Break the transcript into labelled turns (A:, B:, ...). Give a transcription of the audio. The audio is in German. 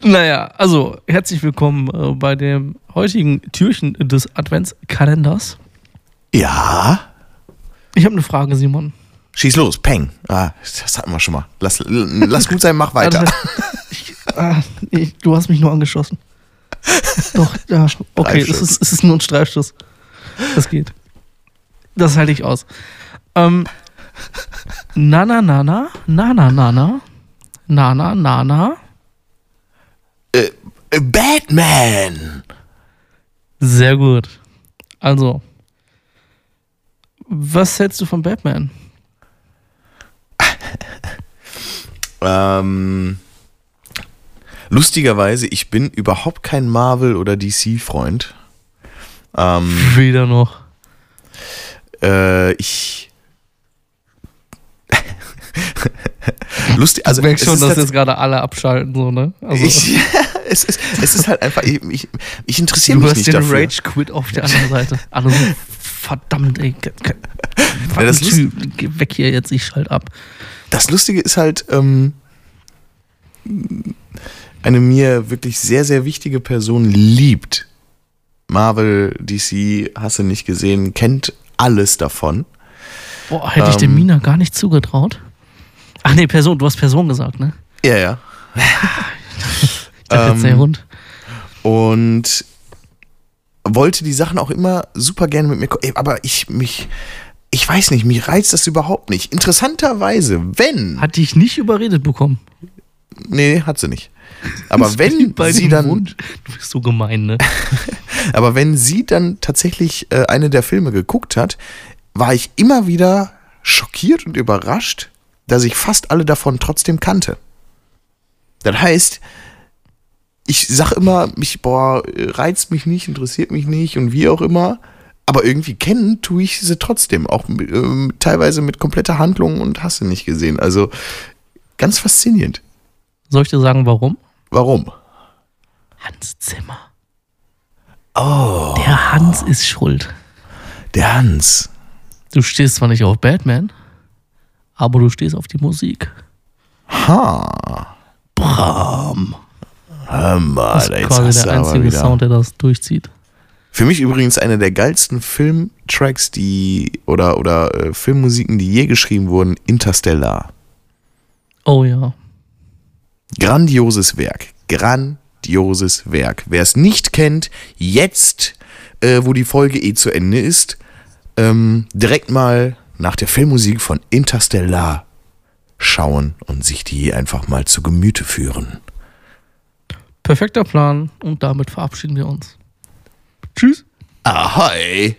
A: Naja, also herzlich willkommen äh, bei dem heutigen Türchen des Adventskalenders.
B: Ja.
A: Ich habe eine Frage, Simon.
B: Schieß los, Peng. Ah, das hatten wir schon mal. Lass, l- lass gut sein, mach weiter.
A: Ah, nee, du hast mich nur angeschossen. Doch, ja, okay, es
B: Streifschuss.
A: ist, es ist nur ein Streifschuss. Das geht. Das halte ich aus. Ähm, nana, nana, nana, nana, nana, nana,
B: Äh, Batman.
A: sehr gut. Also, was hältst du von Batman?
B: Ähm, lustigerweise, ich bin überhaupt kein Marvel- oder DC-Freund. Ähm,
A: Weder noch.
B: äh, ich. Lustig, also
A: ich merke schon,
B: es ist
A: dass
B: tats-
A: jetzt gerade alle abschalten, so, ne? Also,
B: ich, es, ist, es ist halt einfach, ich, ich, ich interessiere
A: du
B: mich
A: hast
B: nicht
A: den
B: dafür.
A: Rage Quit auf der anderen Seite. Alle so, verdammt, ey. ke- ke- Was
B: das
A: ein
B: Lust-
A: Typ, geh weg hier jetzt, ich schalt ab.
B: Das Lustige ist halt, ähm, eine mir wirklich sehr, sehr wichtige Person liebt Marvel, DC, hast du nicht gesehen, kennt alles davon.
A: Boah, hätte ich dem
B: Ähm.
A: Mina gar nicht zugetraut. Ach nee, Person, du hast Person gesagt, ne?
B: Ja, ja.
A: Ich dachte jetzt
B: Ähm.
A: der Hund.
B: Und wollte die Sachen auch immer super gerne mit mir, ko- ey, aber ich mich, ich weiß nicht, mich reizt das überhaupt nicht. Interessanterweise, wenn,
A: Hat dich nicht überredet bekommen.
B: nee, hat sie nicht. Aber
A: Wie
B: wenn
A: bei
B: sie
A: dem
B: dann,
A: Hund. Du bist so gemein, ne?
B: Aber wenn sie dann tatsächlich äh, eine der Filme geguckt hat, war ich immer wieder schockiert und überrascht, dass ich fast alle davon trotzdem kannte. Das heißt, ich sag immer, mich, boah, reizt mich nicht, interessiert mich nicht und wie auch immer. Aber irgendwie kennen tue ich sie trotzdem, auch ähm, teilweise mit kompletter Handlung und hast du nicht gesehen. Also ganz faszinierend.
A: Soll ich dir sagen, warum?
B: Warum?
A: Hans Zimmer. Oh. Der Hans ist schuld.
B: Der Hans.
A: Du stehst zwar nicht auf Batman, aber du stehst auf die Musik.
B: Ha.
A: Bram.
B: Hammer,
A: Das ist quasi der einzige Sound, der das durchzieht.
B: Für mich übrigens einer der geilsten Filmtracks, die oder oder äh, Filmmusiken, die je geschrieben wurden, Interstellar.
A: Oh ja.
B: Grandioses Werk, grandioses Werk. Wer es nicht kennt, jetzt, äh, wo die Folge eh zu Ende ist, ähm, direkt mal nach der Filmmusik von Interstellar schauen und sich die einfach mal zu Gemüte führen. Ah,
A: Perfekter Plan und damit verabschieden wir uns. Tschüss.
B: Ahoi!